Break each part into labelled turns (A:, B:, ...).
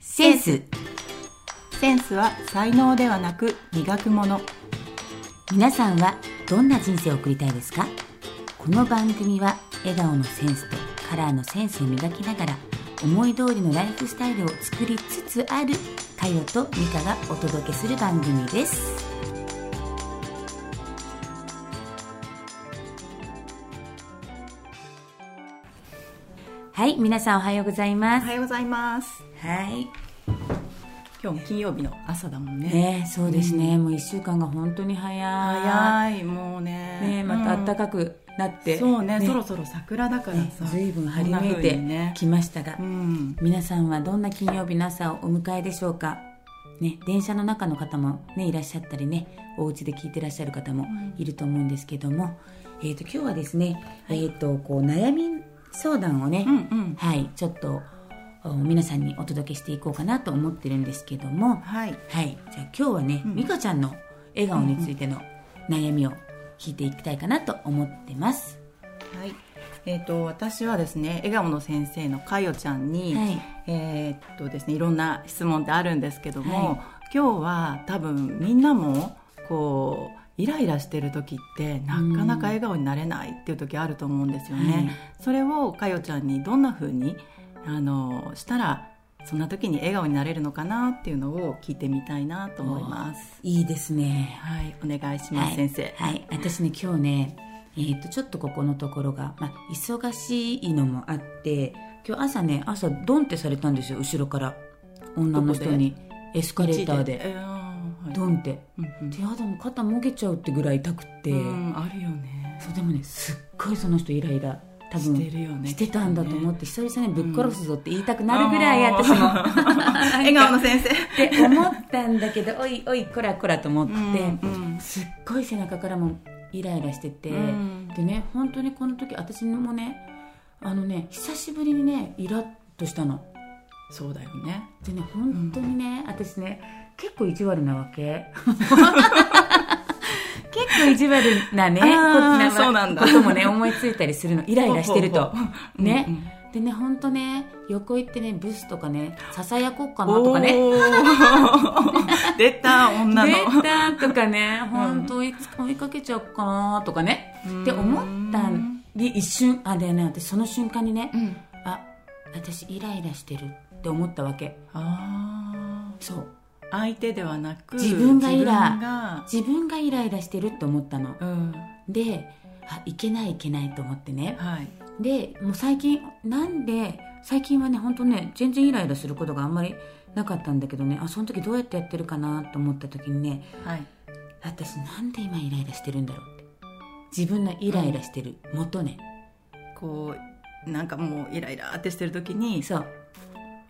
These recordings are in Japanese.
A: センス
B: センスは才能ではなく磨くもの
A: 皆さんはどんな人生を送りたいですかこの番組は笑顔のセンスとカラーのセンスを磨きながら思い通りのライフスタイルを作りつつあるかよと美香がお届けする番組ですはい皆さんおはようござい
B: お
A: ます
B: はようございます
A: はい
B: 今日も金曜日の朝だもんね
A: ねそうですね、もう1週間が本当に早い
B: 早いもうね
A: ねまた暖
B: く
A: かくなって、
B: そうねそろそろ桜だからさ
A: ずいぶん張り
B: こんな
A: 抜い
B: 風に
A: て
B: ね
A: きましたが、
B: うん
A: 皆さんはどんな金曜日の朝をお迎えでしょうか、ね、電車の中の方も、ね、いらっしゃったりねお家で聞いてらっしゃる方もいると思うんですけども、えー、と今日はですね、えー、とこう悩み相談をね、
B: うんうん
A: はい、ちょっとお皆さんにお届けしていこうかなと思ってるんですけども、
B: はい
A: はい、じゃあ今日はね、美香ちゃんの笑顔についての悩みを聞いていきたいかなと思ってます。
B: はいえー、と私はですね笑顔の先生のかよちゃんに、
A: はい
B: えーっとですね、いろんな質問ってあるんですけど
A: は
B: も、
A: い
B: 今日は多分みんなもこうイライラしてる時ってなかなか笑顔になれないっていう時あると思うんですよね。それをかよちゃんにどんな風にあのしたらそんな時に笑顔になれるのかなっていうのを聞いてみたいなと思います。
A: いいですね。
B: はい、お願いします、
A: はい
B: 先生。
A: はい。私ね、今日ね、えっ、と、ちょっとここのところが、まあ、忙しいのもあって、今日朝ね、朝、ドンってされたんですよ、後ろから。女の人に、エスカレーターで。
B: えーはい
A: ドンって。
B: うん
A: 手肌も肩もげちゃうってぐらい痛くて。
B: うんうんあるよね。
A: そう、でもね、すっごいその人イライラ。多分
B: してるよね
A: してたんだと思って、久々にぶっ殺すぞって言いたくなるぐらい、
B: あー
A: 私 も。
B: 笑顔の先生。
A: って思ったんだけど、おいおい、こらこらと思って。
B: うん
A: すっごい背中からもイライラしてて、
B: うん
A: でね本当にこの時私もねあのね久しぶりにねイラッとしたの
B: そうだよね。
A: でね本当にね、私ね結構意地悪なわけ 結構意地悪なね
B: あー
A: な
B: そうなんだ
A: こともね思いついたりするのイライラしてると
B: ほうほうほう
A: ね、
B: うんうん
A: でね本当ね横行ってねブスとかねささやこっかなとかね
B: おー 出た、女の。
A: 出たとかね、本当追いつ追いかけちゃおうかなとかね、って思ったんで、一瞬、あ、だよね、私その瞬間にね、
B: ん
A: あ、私イライラしてるって思ったわけ。
B: あ
A: そう。
B: ー相手ではなく、
A: 自分がイ
B: 自
A: ラ
B: 分が
A: 自分がイライラしてるって思ったの。
B: うん。
A: で、あ、いけないいけないと思ってね。
B: はい。
A: で、もう最近、なんで、最近はね、本当ね、全然イライラすることがあんまりなかったんだけどね、あ、その時どうやってやってるかなと思った時にね、
B: はい。
A: 私なんで今イライラしてるんだろうって自分のイライラしてる元ね、
B: こう、なんかもうイライラってしてる時に
A: そう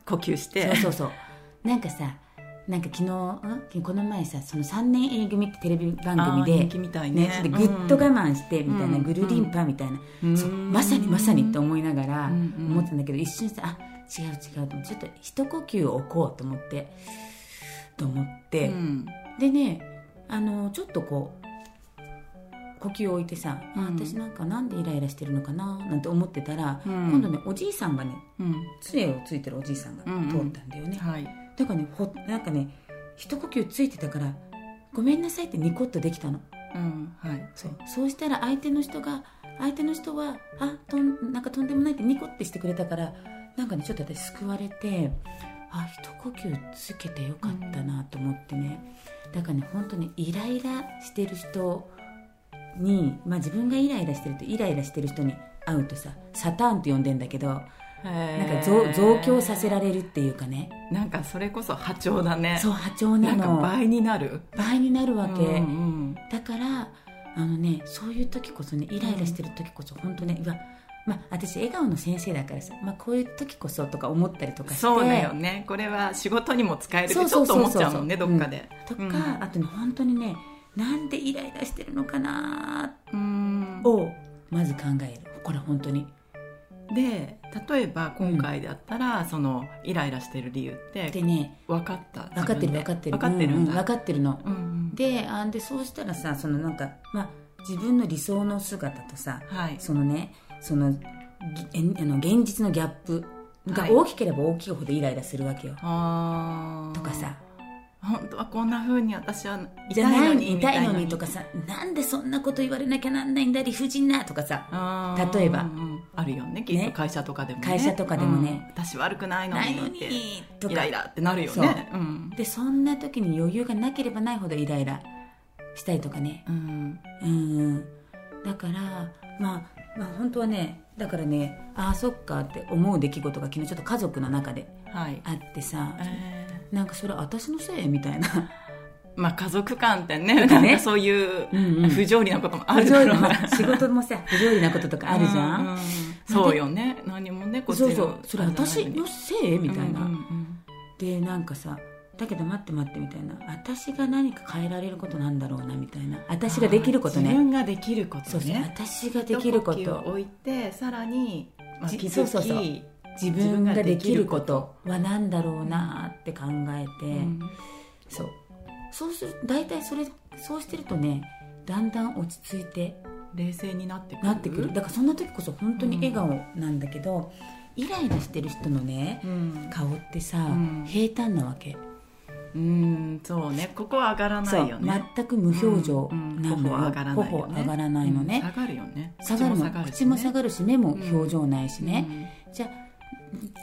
B: 呼吸し
A: そ
B: て
A: う。そうそう なんかさなんか昨日んこの前さその3年 A 組ってテレビ番
B: あー
A: 組
B: 人
A: で
B: 気みたい
A: ね
B: ね。
A: それでグッと我
B: うん
A: 慢してみたいな、
B: うん
A: ぐるりんぱみたいな、
B: うん
A: そうまさにまさにって思いながら
B: うんうん
A: 思ってたんだけど、一瞬さあ違う違うと思ってちょっと一呼吸置こうと思ってと思って、
B: うん
A: でねあのちょっとこう呼吸を置いてさ、あ
B: うん
A: 私なんかなんでイライラしてるのかななんて思ってたら、
B: うん
A: 今度ねおじいさんがね
B: うん。
A: 杖をついてるおじいさんが
B: うんうん
A: 通ったんだよね、
B: はい。
A: だからねほなんかね一呼吸ついてたから「ごめんなさい」ってニコッとできたの
B: うん。はい。そう。
A: そうしたら相手の人が相手の人は「あとんなんかとんでもない」ってニコってしてくれたからなんかねちょっと私救われてあ一呼吸つけてよかったなと思ってね、だからね本当にイライラしてる人に、まあ、自分がイライラしてるとイライラしてる人に会うとさサターンって呼んでんだけどなんか増増強させられるっていうかね
B: なんかそれこそ波長だね。
A: そう波長な
B: なんか
A: の
B: 倍になる。
A: 倍になるわけ。
B: うんうん
A: だからあのねそういう時こそねイライラしてる時こそ本当ねうわまあ私笑顔の先生だからさ、まあ、こういう時こそとか思ったりとかして
B: そうだよねこれは仕事にも使えるってち
A: そう
B: ょ
A: そう
B: っ
A: そ
B: と
A: う
B: 思っ
A: そ
B: ち
A: う
B: ゃうもんねどっかで、
A: とか、あとね本当にねなんでイライラしてるのかな
B: うん
A: をまず考えるこれ本当に
B: で例えば今回だったら、そのイライラしてる理由って
A: でね
B: 分かった
A: 分かってる分かってる
B: 分かってるん
A: うんうん
B: だ、
A: 分かってるの
B: うんうん
A: であでそうしたらさそのなんか、まあ、自分の理想の姿とさ
B: はい
A: そのねそのぎえあの現実のギャップが
B: はい
A: 大きければ大きいほどイライラするわけよ、
B: あー
A: とかさ
B: 本当はこんな風に私は
A: じゃない
B: み
A: 痛
B: た
A: いのにとかさなんでそんなこと言われなきゃなんないんだ理不尽なとかさ
B: あー
A: 例えば
B: うんうんあるよねきっと会社とかでもね
A: 会社とかでもね
B: うん私悪くないの
A: ないの
B: にって
A: にと
B: イ
A: か
B: ライラってなるよねうん
A: でそんな時に余裕がなければないほどイライラしたりとかね
B: うん
A: うんだからまあまあ本当はねだからねああそっかって思う出来事が昨日ちょっと家族の中で
B: はい
A: あってさ
B: えー
A: なんかそれ私のせいみたいな
B: まあ家族間ってね
A: んか
B: な
A: ね
B: んかそういう
A: うんうん
B: 不条理なこともあ
A: 不
B: る
A: 条
B: だ
A: 理
B: ろう
A: な仕事もさ不条理なこととかあるじゃん、
B: ううそうよね何もねこっち
A: そ
B: の
A: うそうそれ私のせいみたいな、
B: うんうん
A: でなんかさだけど待って待ってみたいな私が何か変えられることなんだろうなみたいな私ができること
B: あー自
A: ね
B: 分ができること
A: そうそう
B: ね
A: 私ができるこ
B: 一呼吸を
A: と
B: 置いてさらに、まあ、
A: じ
B: 気づき
A: そうそうそう自分ができることは何だろうなーって考えて、
B: うん
A: そうそうする大体それそうしてるとねだんだん落ち着いて
B: 冷静になってくる
A: なってくるだからそんな時こそ本当に笑顔なんだけど、イライラしてる人のね
B: うん、
A: 顔ってさ、
B: ん
A: 平坦なわけ
B: うんそうねここは上がらないよね
A: そう全く無表情
B: うん
A: な
B: うん
A: のよ、
B: 頬は上がらないよ
A: 頬
B: ね
A: 上がらないの
B: うん
A: ね、
B: 下がるよね
A: 下がるの口も下
B: る
A: がるし目も表情ないし
B: よ
A: ね、じゃ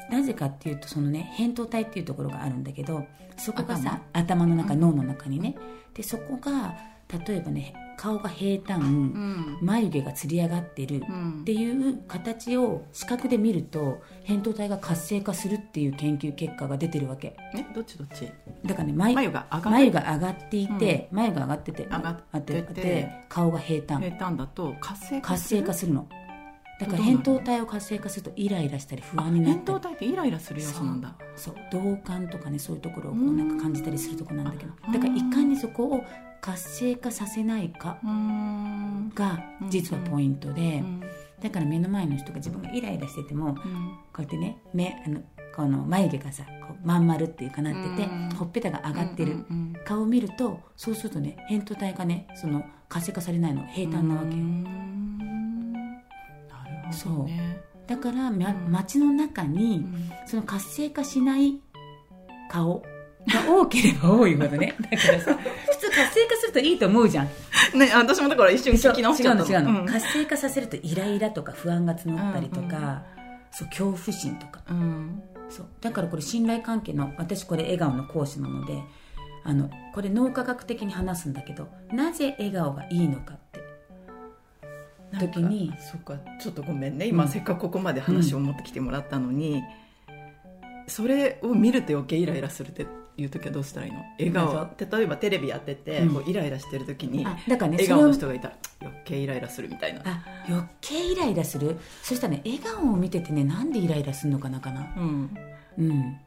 A: あなぜかっていうとそのね扁桃体っていうところがあるんだけどそこがさ頭の中脳の中にねでそこが例えばね顔が平坦、
B: うん
A: 眉毛がつり上がってる
B: う
A: っ
B: ん
A: ていう形を視覚で見ると扁桃体が活性化するっていう研究結果が出てるわけ
B: えどっちどっち
A: だからね眉
B: 眉が上がる
A: 眉が上がっていて、眉が上がってて上
B: がってて
A: 顔が平
B: 平
A: 坦
B: 坦だと活性化
A: 活
B: す
A: 性
B: る
A: 化するのだから
B: どうなる
A: 扁桃体を活性化するとイライラしたり不安になっ
B: 扁
A: た
B: 桃
A: り
B: 体ってイライラする要素なんだ
A: そう同感とかねそういうところをこ
B: う
A: うんなんか感じたりするとこなんだけど
B: あ
A: だから
B: うん
A: いかにそこを活性化させないか
B: うーん
A: が実はポイントで、
B: うん
A: だから目の前の人が自分がイライラしてても
B: うん
A: こうやってね目あのこの眉毛がさこうまん丸っていうかなってて、
B: うん
A: ほっぺたが上がってる、
B: うんうん
A: 顔を見るとそうするとね扁桃体がねその活性化されないの平坦なわけ、
B: うーんなるほどね
A: だから、ま
B: うん
A: 街の中に
B: うん
A: その活性化しない顔 が多ければ多いほどねだからさ普通活性化するといいと思うじゃん
B: ね私もだから一瞬聞き直しちゃった
A: 違うの違うの、
B: ん
A: 活性化させるとイライラとか不安が募ったりとか、
B: うんうん
A: そう恐怖心とか
B: うん
A: そうだからこれ信頼関係の私これ笑顔の講師なのであのこれ脳科学的に話すんだけどなぜ笑顔がいいのかって
B: なんか
A: 時に
B: そっかちょっとごめんね今、
A: うん
B: せっかくここまで話を持ってきてもらったのに、それを見ると余計イライラするっていう時はどうしたらいいの笑顔例えばテレビやってて、
A: うん
B: こうイライラしてる時に
A: あだからね
B: 笑
A: それ
B: 顔
A: を
B: の人がいたら余計イライラするみたいな
A: あ余計イライラするそしたらね笑顔を見ててねなんでイライラするのかなかな
B: うん
A: うん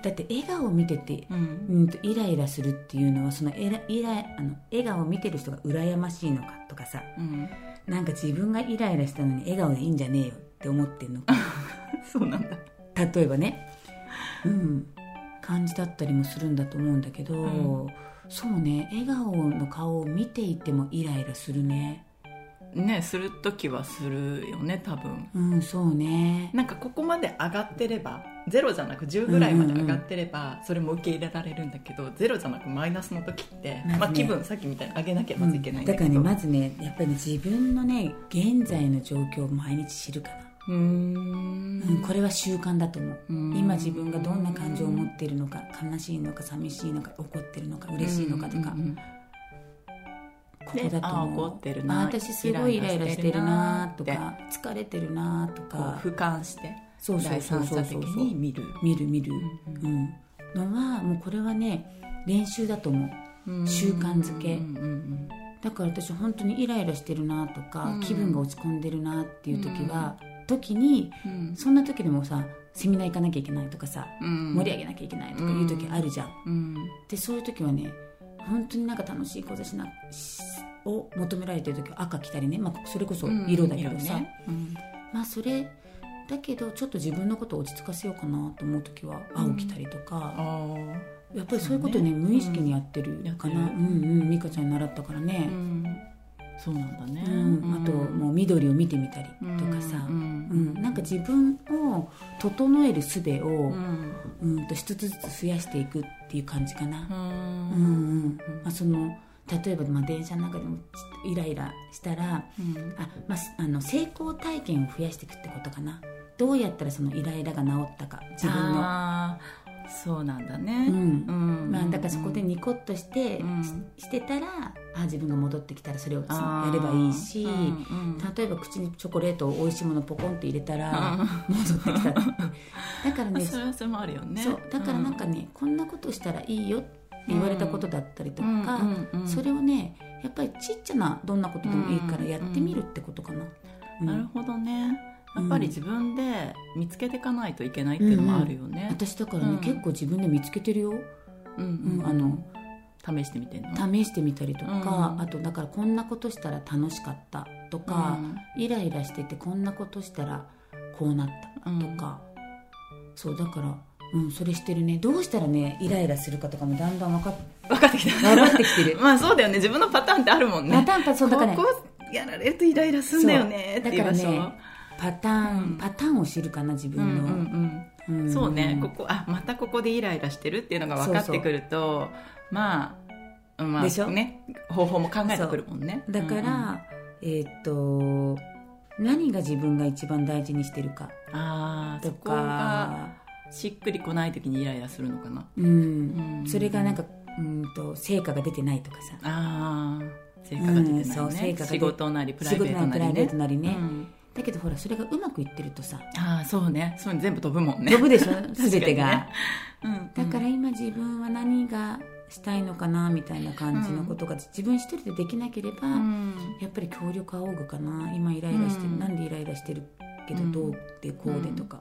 A: だって笑顔を見てて
B: う
A: うんんとイライラするっていうのはそのえらイラあの笑顔を見てる人が羨ましいのかとかさ
B: うん
A: なんか自分がイライラしたのに笑顔でいいんじゃねえよって思ってんのか
B: そうなんだ
A: 例えばね、うん、感じだったりもするんだと思うんだけど、
B: う
A: そうね笑顔の顔を見ていてもイライラするね
B: ねする時はするよね多分
A: うんそうね
B: なんかここまで上がってればゼロじゃなく10ぐらいまで上がってればそれも受け入れられるんだけどゼロじゃなくマイナスの時って、
A: まずね
B: まあ、気分さっきみたいに上げなきゃまずいけないん
A: だ
B: だ
A: か
B: け
A: ら
B: ど、
A: ねまずねやっぱり、ね、自分のね現在の状況を毎日知るかな、
B: うーん
A: うん、これは習慣だと思う
B: うん
A: 今自分がどんな感情を持っているのか悲しいのか寂しいのか怒ってるのか嬉しいのかとか、
B: うんうん
A: ここだと思う
B: あ怒ってるな
A: あ私すごいイライラしてるなと
B: イライ
A: か疲れてるなと
B: こ
A: か
B: う俯瞰して
A: そうそう
B: 第
A: そう
B: 三
A: そう
B: 者
A: そ
B: 的
A: う
B: に見る
A: 見る見る、
B: う
A: うんのはもうこれはね練習だと思う習慣づけ
B: うんうんうん
A: だから私本当にイライラしてるなとか、
B: うん
A: 気分が落ち込んでるなっていう時は、時に
B: うん
A: そんな時でもさセミナー行かなきゃいけないとかさ、
B: うん
A: 盛り上げなきゃいけないとかいう時あるじゃん、
B: うん
A: でそういう時はね本当になんか楽しいことしなしを求められてる時は赤着たりね、まあ、それこそ色だけどさ、
B: 色ねうん
A: まあそれだけどちょっと自分のことを落ち着かせようかなと思う時は青着たりとか、
B: あ
A: やっぱりそういうことね
B: そうね
A: 無意識にやってるかな、
B: う
A: うん、うん美香ちゃんに習ったから
B: ー
A: ね
B: う、んそうなんだね、
A: うん、あともう緑を見てみたりとかさ、
B: う
A: うんん、なんか自分を整える術
B: う
A: を、
B: ん
A: うん、と一つずつ増やしていくっていう感じかな、
B: うん
A: うんうんまあ、その例えば、まあ、電車の中でもイライラしたら
B: うん
A: あ、まあ、あの成功体験を増やしていくってことかなどうやったらそのイライラが治ったか自分の、
B: あーそうなんだ
A: う
B: ね、
A: ん
B: ん
A: まあ、だからそこでニコッとして、
B: うん
A: ししてたらあ自分が戻ってきたらそれをつ
B: あー
A: やればいいし、
B: うんうん
A: 例えば口にチョコレートを美味しいものポコンと入れたら戻ってきたってだからね
B: あそれはそれもあるよね
A: そうだからなんかね、こんなことしたらいいよって言われたことだったりとか、
B: うんうんうん
A: それをねやっぱりちっちゃなどんなことでもいいからやってみるってことかな、うん
B: なるほどねやっぱり自分で見つけていかないといけないっていうのもあるよね、
A: 私だからね、
B: うん
A: 結構自分で見つけてるよ、
B: うん
A: うんあの
B: 試してみてんの
A: 試してみたりとか、
B: うん
A: あとだからこんなことしたら楽しかったとか、イライラしててこんなことしたらこうなったとか、そうだから、うん、それしてるねどうしたらねイライラするかとかもだんだん分かっ
B: 分かってきた
A: 分かってきてる
B: まあそうだよね自分のパターンってあるもんね
A: またパそうだからね
B: ここやられるとイライラすんだよねっていう場所
A: そうだからねパターン、
B: うん
A: パターンを知るかな自
B: うん
A: 分の、
B: うんうん
A: ん
B: そうねここあまたここでイライラしてるっていうのが分かってくるとまあまあ
A: でしょ
B: ね方法も考えてくるもんね
A: だから、えーっと何が自分が一番大事にしてるか
B: うんああ
A: と
B: そこが
A: か
B: しっくりこない時にイライラするのかな
A: うん、
B: うん
A: それがなんかうんと成果が出てないとかさ
B: ああ成果が出てないね、
A: うんそう成果が出
B: 仕事なりプライベート
A: 仕事なりプラ
B: なり
A: イベ
B: ね
A: ートなりね、
B: うん
A: だけどほらそれがうまくいってるとさ
B: ああそうねそういうの全部飛ぶもんね
A: 飛ぶ でしょ全てが、
B: 確かにねうん
A: だから今自分は何がしたいのかなみたいな感じのことが自分一人でできなければ、
B: うん
A: やっぱり協力仰ぐかな今イライラしてる、
B: うん
A: なんでイライラしてるけど
B: うん
A: どうでこうでとか、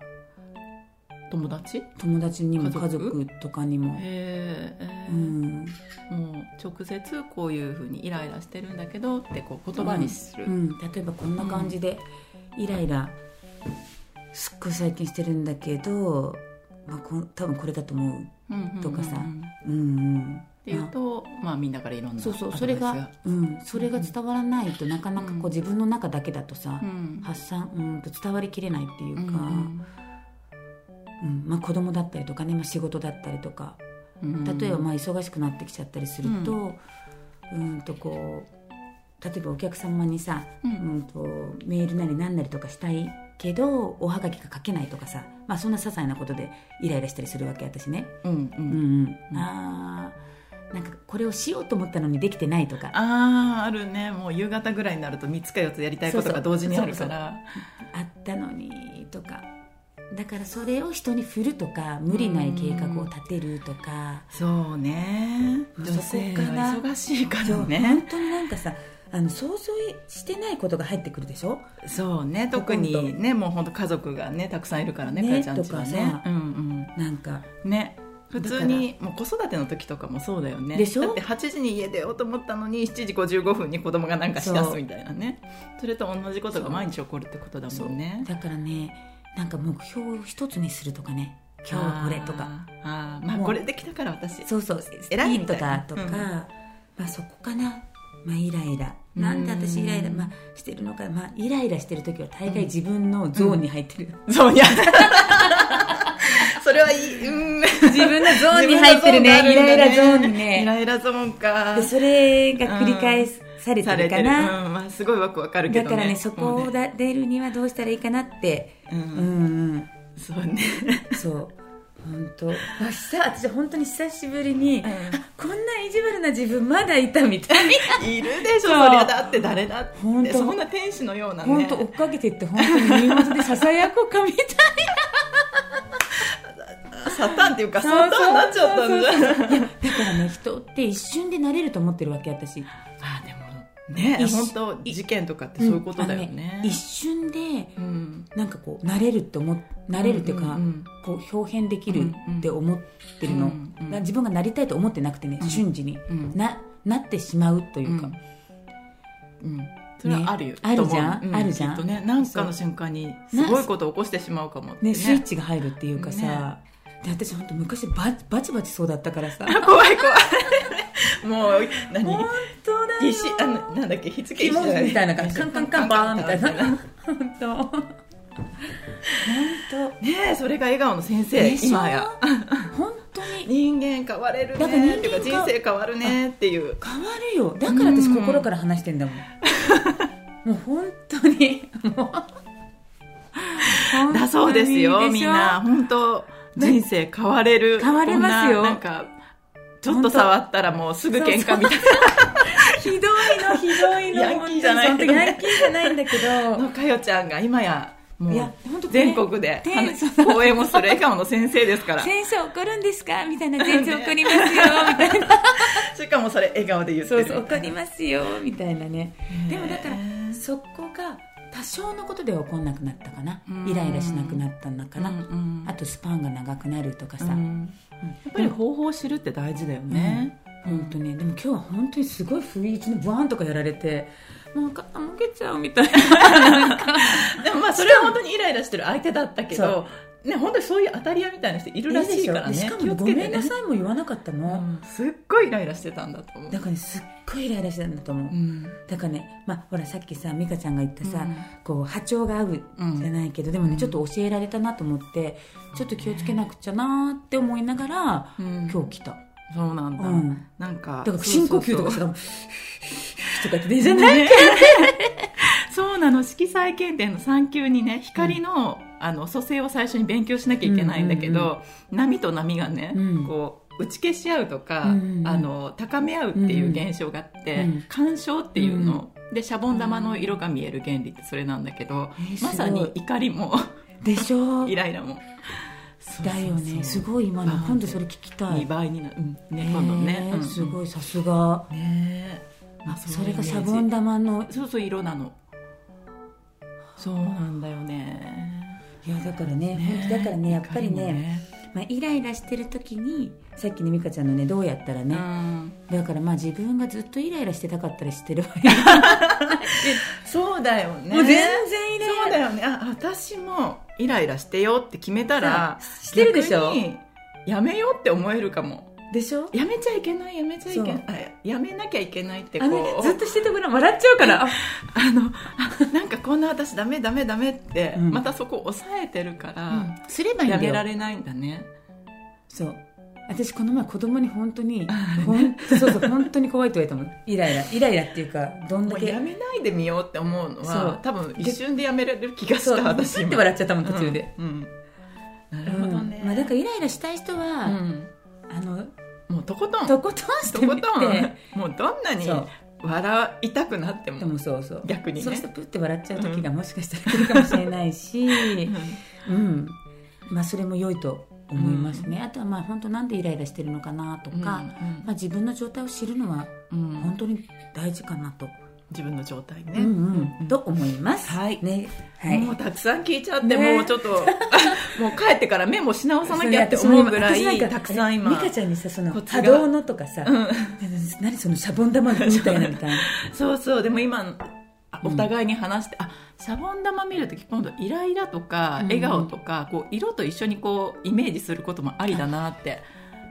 B: 友達へ
A: 友達にも
B: 家
A: 家
B: 族
A: 族とかにも、
B: え
A: うん
B: もう直接こういうふうにイライラしてるんだけどってこう言葉にする、
A: うん、例えばこんな感じでイライラすっごい最近してるんだけど、まあ、こん多分これだと思う
B: うんうんうんうん
A: とかさ
B: っ
A: うんうん
B: ていうとまあみんなからいろんな
A: そうそう
B: ア
A: それ
B: ドバイス
A: が、うん、それが伝わらないとなかなかこう
B: うん
A: 自分の中だけだとさ、
B: うん
A: 発散、うん、伝わりきれないっていう
B: うん
A: か、うんまあ、子供だったりとかね、まあ、仕事だったりとか
B: うんうん
A: 例えばまあ忙しくなってきちゃったりすると、うん、とこう例えばお客様にさ、
B: う
A: うんん、とメールなり何なりとかしたいけどおはがきが書けないとかさ、まあ、そんな些細なことでイライラしたりするわけ私ね、
B: うん
A: う
B: う
A: ん
B: ん
A: うん
B: うん
A: あーなんかこれをしようと思ったのにできてないとか
B: あああるねもう夕方ぐらいになると3つか4つやりたいことが同時にあるから
A: あったのにとかだからそれを人に振るとか無理ない計画を立てるとか。
B: そうね
A: そ
B: 女
A: こ
B: 性
A: かな
B: は忙しいか
A: そう
B: ら
A: 本
B: ね
A: 当になんかさあの想像してないことが入ってくるでしょ
B: そうね
A: ほと
B: 特
A: んど
B: にねもう本当家族がねたくさんいるからね
A: ね
B: かやちゃんちは
A: とか
B: ね
A: さ
B: うんうん
A: なんか
B: ね普通にもう子育ての時とかもそうだよね
A: でしょ
B: だって8時に家出ようと思ったのに7時55分に子供がなんかしだすみたいなねそれと同じことが毎日起こるってことだもんね
A: だからねなんか目標を一つにするとかね今日はこれとか
B: あーあーまあ
A: もう
B: これできたから私
A: そうそう
B: 偉い
A: いとかと
B: みたいな
A: か、
B: うん
A: まあ、そこかな、まあ、イライラなんで私イライラ、
B: うん
A: まあ、してるのか、まあ、イライラしてる時は大概自分のゾーンに入ってる、
B: そうにゃそれはいいうん
A: 自分のゾーンに入ってるね
B: 自分の
A: イライラゾーンに
B: イ
A: ね
B: ライラゾーンか
A: でそれが繰り返されて
B: され
A: る
B: て
A: か
B: る、
A: な、
B: うんまあ、すごいわくわかるけ
A: だ
B: ど、ね、
A: からねそこ
B: も
A: を
B: う
A: だ
B: ね
A: 出るにはどうしたらいいかなって、
B: うん
A: うんうん
B: そうね
A: そう本当あ久私本当に久しぶりに、あこんな意地悪な自分まだいたみたい
B: いるでしょそ
A: そう
B: りゃだって誰だっ
A: 本
B: て
A: 当
B: そんな天使のよう
A: な
B: なね
A: 本当追っかけてって本当に身元でささやこうかみ たい
B: サタンっていうか
A: そ
B: サ
A: うそう
B: タンになっちゃったんじゃない
A: だからね人って一瞬でなれると思ってるわけ私
B: あでもね
A: 一緒
B: 本当事件とかってそういうことだ
A: う
B: よ
A: んあの
B: ね
A: 一瞬で
B: うん
A: なんかこうなれるって思っなれるっていうか、
B: うんうん
A: こう表現できるって思ってるの、
B: うんうん
A: だから自分がなりたいと思ってなくてね、瞬時に、
B: うん
A: ななってしまうというか、
B: うんそれはあるよ、
A: ねあるじゃん
B: と思う
A: あるじゃん
B: きっとねなんかの瞬間にすごいことを起こしてしまうかもって
A: ね、スイッチが入るっていうかさ、で私本当昔ババチバチそうだったからさ
B: 怖い怖いもう
A: 本
B: 何
A: 当だよ
B: 石あのなんだっけ火付け石
A: 肝
B: じゃな
A: みたいな感じカンカンカンバーンみたいな
B: ね
A: 本当本
B: えそれが笑顔の先
A: 当
B: 生今や
A: 本当に
B: 人間変われるね
A: だから人間
B: っていうか
A: 変わ
B: 人生変わるねっていう
A: 変わるよだから私
B: うん
A: 心から話してんだもん、もう本当にもう本当に
B: だそうです
A: でし
B: よ
A: ょ
B: みんな本当人生変われる
A: 変われますよ
B: こんななんかちょっと触ったらもうすぐ喧嘩みたい
A: ひどいのひどいの
B: ヤンキーじゃない
A: 本当
B: け
A: にそ
B: ど
A: の
B: ね
A: 時ヤンキーじゃないんだけ
B: な
A: ど
B: のかよちゃんが今やも
A: いや本
B: う
A: 当
B: 全国で
A: ね
B: 話
A: そう
B: 講演もする笑顔の先生ですから
A: 先生怒るんです かみたいな全然怒りますよみたいな
B: しかもそれ笑顔で言って
A: そう
B: る
A: そう怒りますよみたいなね
B: え
A: でもだからそこが多少のことでは怒んなくなったかな
B: うん
A: イライラしなくなったのかな、
B: うんうん
A: あとスパンが長くなるとかさ、
B: うんやっぱり方法を知るって大事だよね、
A: 本当ねでも今日は本当にすごい不意打ちにバーンとかやられてもう肩もけちゃうみたいな
B: でもまあそれは本当にイライラしてる相手だったけどね本当にそういう当たり屋みたいな人いるらしいからね
A: しか
B: 気
A: も
B: をつ
A: ご
B: け
A: め
B: て
A: ん
B: ね
A: なさいも言わなかったの、
B: うんすっごいイライラしてたんだと思う
A: だからねすっごいイライラしてたんだと思う、
B: うん
A: だからね、まあ、ほらさっきさ美香ちゃんが言ったさ、
B: うん
A: こう波長が合うじゃないけど、でもねちょっと教えられたなと思ってちょっと気をつけなくちゃなーって思いながら、
B: うん
A: 今日来た
B: そうなんだ、
A: うん
B: なんか
A: だから深呼吸とかし
B: そ
A: た
B: う
A: らもう とか言ってねじゃない
B: そうそうなの色彩検定の3級にね光の,、あの蘇生を最初に勉強しなきゃいけないんだけど、
A: うんうん
B: 波と波がね、
A: うん
B: こう打ち消し合うとか、
A: うんうんうん
B: あの高め合うっていう現象があって、
A: うん
B: 干渉っていうの、でシャボン玉の色が見える原理ってそれなんだけど、
A: ー
B: まさ
A: すご
B: に
A: い
B: 怒りも
A: でしょ
B: イライラも
A: だよねす
B: い
A: ごい今の
B: バーンって
A: 今度それ聞きたい
B: 2倍になる、うんね
A: ね
B: 今度ね、うんうん
A: すごいさすが
B: ねえまあ
A: あ
B: う
A: そ
B: いう
A: れ
B: イメ
A: が
B: ージ
A: シャボン玉の
B: そうそう色なのそうなんだよね
A: いやだからね
B: ね
A: 本当だからねやっぱりね
B: 光も
A: まあ、イライラしてる時にさっきの美香ちゃんのねどうやったら
B: う
A: ね、
B: ん
A: だからまあ自分がずっとイライラしてたかったらしてるわよ、
B: そうだよ ね
A: もう全然イライラ
B: そうだよねあ私もイライラしてよって決めたら
A: そうしてるでしょ
B: 逆にやめようって思えるかも
A: でしょ
B: やめちゃいけないやめちゃいけな
A: そう
B: いあやめなきゃいけないってこ
A: あのね
B: う
A: ずっとしててごらん笑っちゃうからあ
B: あの あなんかこんな私ダメダメダメって、
A: うん
B: またそこ抑えてるから、
A: すればいいん
B: や
A: だ
B: め
A: よ
B: られないんだね
A: そう私この前子供に本当にほんそうそう本当に怖いって言われたもんイライライライラっていうかどん
B: も
A: だ
B: う
A: け
B: やめないでみようって思うの
A: そ
B: は
A: う
B: 多分一瞬でやめられる気がし
A: そう
B: た私
A: パ
B: 今
A: ッて笑っちゃったもん途中で、、
B: うんうんなるほどね、
A: うんまあ、だからイライラしたい人は、
B: うん
A: あの
B: もうとことん
A: とことんして
B: とこ
A: みて
B: とんもうどんなに
A: そう
B: 笑いたくなっても
A: でもそうそう
B: 逆にね
A: そうしてプッて笑っちゃう時がもしかしたら来るかもしれないし、 うんまあ、それも良いと思いますね、あとはまあ本当なんでイライラしてるのかなとか、
B: うん
A: まあ、自分の状態を知るのは
B: うんうん
A: 本当に大事かなと、
B: 自分の状態ね、
A: うんうんと思います、
B: はい
A: ねはい、
B: もうたくさん聞いちゃって、
A: ね
B: もうちょっと もう帰ってからメモし直さなきゃって
A: それ
B: 思う
A: ね
B: ぐら
A: 私なん
B: い
A: か
B: たくさん今
A: 美香ちゃんにさその
B: コツ
A: 波
B: が
A: 動のとかさ、
B: うん
A: 何そのシャボン玉みたいなみたいな
B: そうそうでも今あ
A: うん
B: お互いに話して、あシャボン玉見るとき今度イライラとか
A: うん
B: 笑顔とか、こう色と一緒にこうイメージすることもありだなって、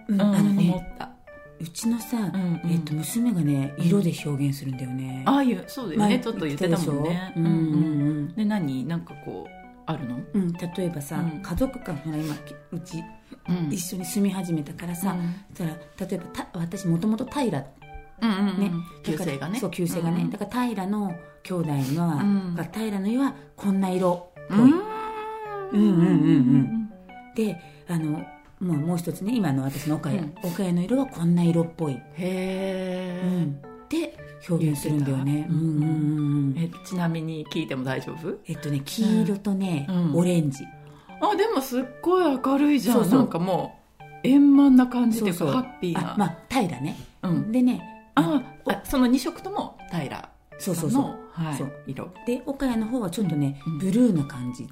A: うん
B: うん
A: あの
B: 思
A: ね
B: った
A: うちのさ、
B: んうん
A: えっと娘がね色で表現するんだよね、
B: ああいうそうだよね、
A: 前
B: ちょっと言ってたもんね
A: 言ってたでしょうんうんうん
B: で何なんかこうあるの、
A: うん、例えばさ、
B: うん
A: 家族間ほら今きうち
B: うん
A: 一緒に住み始めたからさ、
B: うん
A: そしたら例えばた私もともと平ね
B: うんうんうん
A: だ
B: 旧
A: から
B: 姓がね
A: そう旧姓がね、
B: うん
A: だから平の兄弟のは、
B: うん
A: が平の湯はこんな色っぽ
B: うん
A: い、
B: うん
A: うんうんうん
B: うん
A: であのもうもう一つね今の私の岡谷、
B: うん
A: 岡谷の色はこんな色っぽい、
B: へえ、
A: うんで表現するんだよ
B: 言っ
A: ね
B: て
A: う
B: た
A: んうんうんうん
B: えちなみに聞いても大丈夫
A: えっとね黄色とね、
B: うん
A: オレンジ
B: あでもすっごい明るいじゃん
A: そうそう
B: なんかもう円満な感じというか
A: そうそう
B: ハッピーな
A: あまあ平ね、
B: うん、
A: でね
B: ああその2色とも平さんの
A: そうそうそう
B: はい、
A: そう
B: 色
A: で岡谷の方はちょっとね、
B: うん
A: ブルーな感じ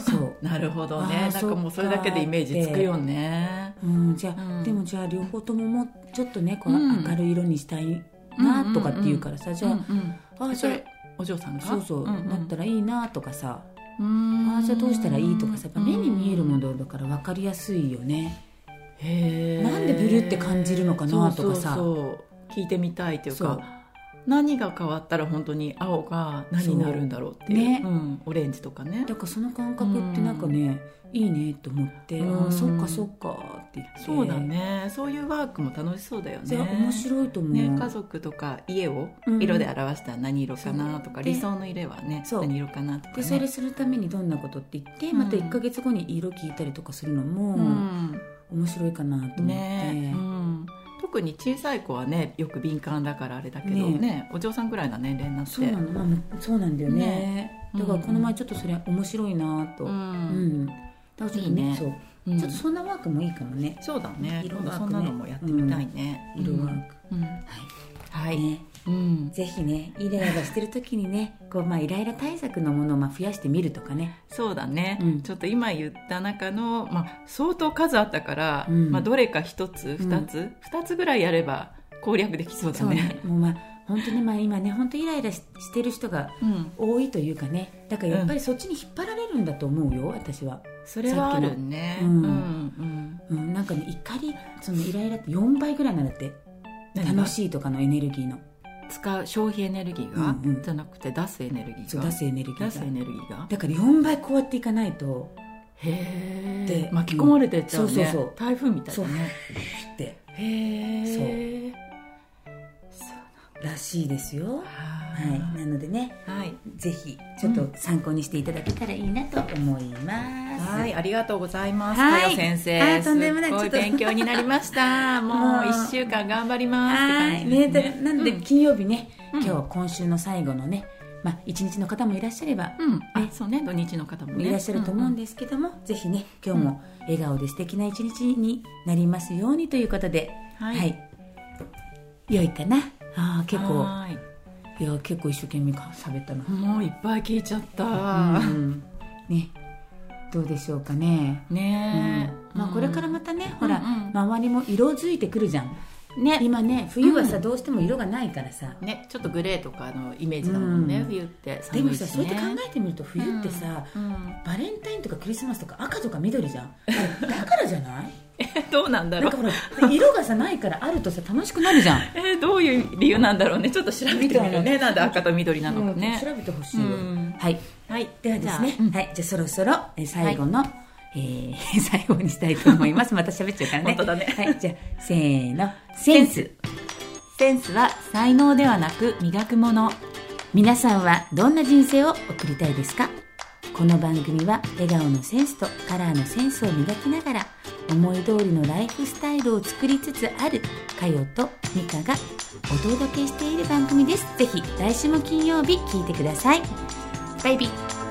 A: そう、
B: なるほど
A: あ
B: ね
A: ー
B: なんかもうそれだけでイメージつくよね
A: うん、じゃあ、
B: うん
A: でもじゃあ両方とももうちょっとねこう
B: うん
A: 明るい色にしたいなとかって言うからさ、じゃあ、
B: うんうん
A: あ
B: そ
A: じゃ
B: れお嬢さ
A: あ
B: んが
A: そうそう、
B: んん
A: だったらいいなとかさああじゃあどうしたらいいとかさやっぱ目に見えるも
B: の
A: のだから分かりやすいよね
B: なん
A: んでブルーって感じるのかなとかさ
B: そうそうそう聞いてみたいという
A: そう
B: か何が変わったら本当に青が何になるんだろうっていう
A: そうね
B: うん、オレンジとかね
A: だからその感覚ってなんかねいいねと思って
B: うん
A: ああそっかそっかって言って
B: そうだね、そういうワークも楽しそうだよ
A: そ
B: ね
A: れは面白いと思う、
B: ね、家族とか家を色で表したら何色かなとか、
A: うん
B: 理想の色はね
A: そう
B: 何色かなとか、
A: で
B: ね、
A: それするためにどんなことって言って、
B: うん
A: また1か月後に色聞いたりとかするの
B: う
A: も
B: ん、
A: 面白いかなと思って、
B: ね、うん、特に小さい子はねよく敏感だからあれだけどね
A: ね
B: お嬢さんぐらいの年齢になって
A: そうなの、まあ、そうなんだよねだからこの前ちょっとそれ面白いなと
B: う
A: うん、
B: ん
A: だからちょっとね
B: いいね
A: そう
B: うん
A: ちょっとそんなワークもいいかもね、
B: そうだね
A: 色ワークね
B: そんなのもやってみたいね、
A: 色ワーク、
B: うん
A: はい、ね
B: うん
A: ぜひねイライラしてる時にねこう、まあ、イライラ対策のものをまあ増やしてみるとかね
B: そうだね、
A: うん
B: ちょっと今言った中の、まあ、相当数あったから、
A: うん
B: まあ、どれか一つ
A: うん
B: 二つ、二つぐらいやれば攻略できそうだ
A: そう
B: ね
A: ねもうまあ本当にまあ今ね本当イライラししてる人が
B: うん、
A: 多いというかねだからやっぱりそっちに引っ張られるんだと思うよ私は、
B: それはあるね
A: さっきのうん
B: うん
A: うん、なんかね怒りそのイライラって4倍ぐらいなんだって
B: うん
A: 楽しいとかのエネルギーの
B: 使う消費エネルギーが、
A: うんうん
B: じゃなくて出すエネルギー
A: そう
B: が
A: 出すエネルギ
B: 出
A: ー
B: す
A: が
B: エネルギーが
A: だから4倍こうやっていかないと
B: へ
A: で
B: え巻き込まれてっちゃうね、
A: うんそうそうそう
B: 台風みたいだね
A: って
B: へえそう
A: らしいですよはい
B: は
A: なのでね
B: い、はい
A: ぜひちょっと参考にしていただけたらいいなと思います、
B: はい、ありがとうございます。
A: は
B: か
A: い
B: よ先
A: は
B: 生、
A: いとんでもない
B: すっごい
A: ちょっと
B: 勉強になりました。 もう
A: もう
B: 一週間頑張りますって
A: は
B: 感
A: い、
B: じ
A: ね
B: で
A: だ
B: すね。
A: なので金曜日ね、
B: うん
A: 今日今週の最後のね、まあ、一日の方もいらっしゃれば、
B: うん、あ、そうね、土日の方もね
A: いらっしゃると思うんですけども、ぜひね今日も笑顔で素敵な一日になりますようにということで、
B: はい
A: 良いかなあー結
B: うんうん
A: 構
B: はい
A: いや結構一生懸命か喋ったな、
B: もういっぱい聞いちゃった。
A: うん ねどうでしょうかね、
B: ねえ、
A: うんまあ、これからまたね、ほら、
B: うんうん
A: 周りも色づいてくるじゃん
B: ね
A: 今ね冬はさ、
B: うん
A: どうしても色がないからさ
B: ね、ちょっとグレーとかのイメージだもんね、
A: うん
B: 冬って
A: で
B: 寒
A: も
B: いし、
A: さ
B: ね、
A: そうやって考えてみると冬ってさ、
B: うん
A: バレンタインとかクリスマスとか赤とか緑じゃんあれだからじゃない
B: どうなんだ
A: な
B: ろ
A: んか
B: う
A: ほら色がさないからあるとさ楽しくなるじゃん
B: えーどういう理由なんだろうねちょっと調べてみ
A: みた
B: る
A: いな
B: ねなんで赤と緑なのか
A: うん
B: ね、
A: 調べてほしいよ、
B: うん
A: はい
B: はい
A: ではですね
B: じゃあうん
A: はいじゃあそろそろえー最後の、えー 最後にしたいと思いますまた喋っちゃうからね
B: 本当だね
A: はいじゃあせーのセンス
B: センスは才能ではなく磨くもの
A: 皆さんはどんな人生を送りたいですかこの番組は笑顔のセンスとカラーのセンスを磨きながら思い通りのライフスタイルを作りつつあるかよとみかがお届けしている番組ですぜひ来週も金曜日聞いてくださいバイビー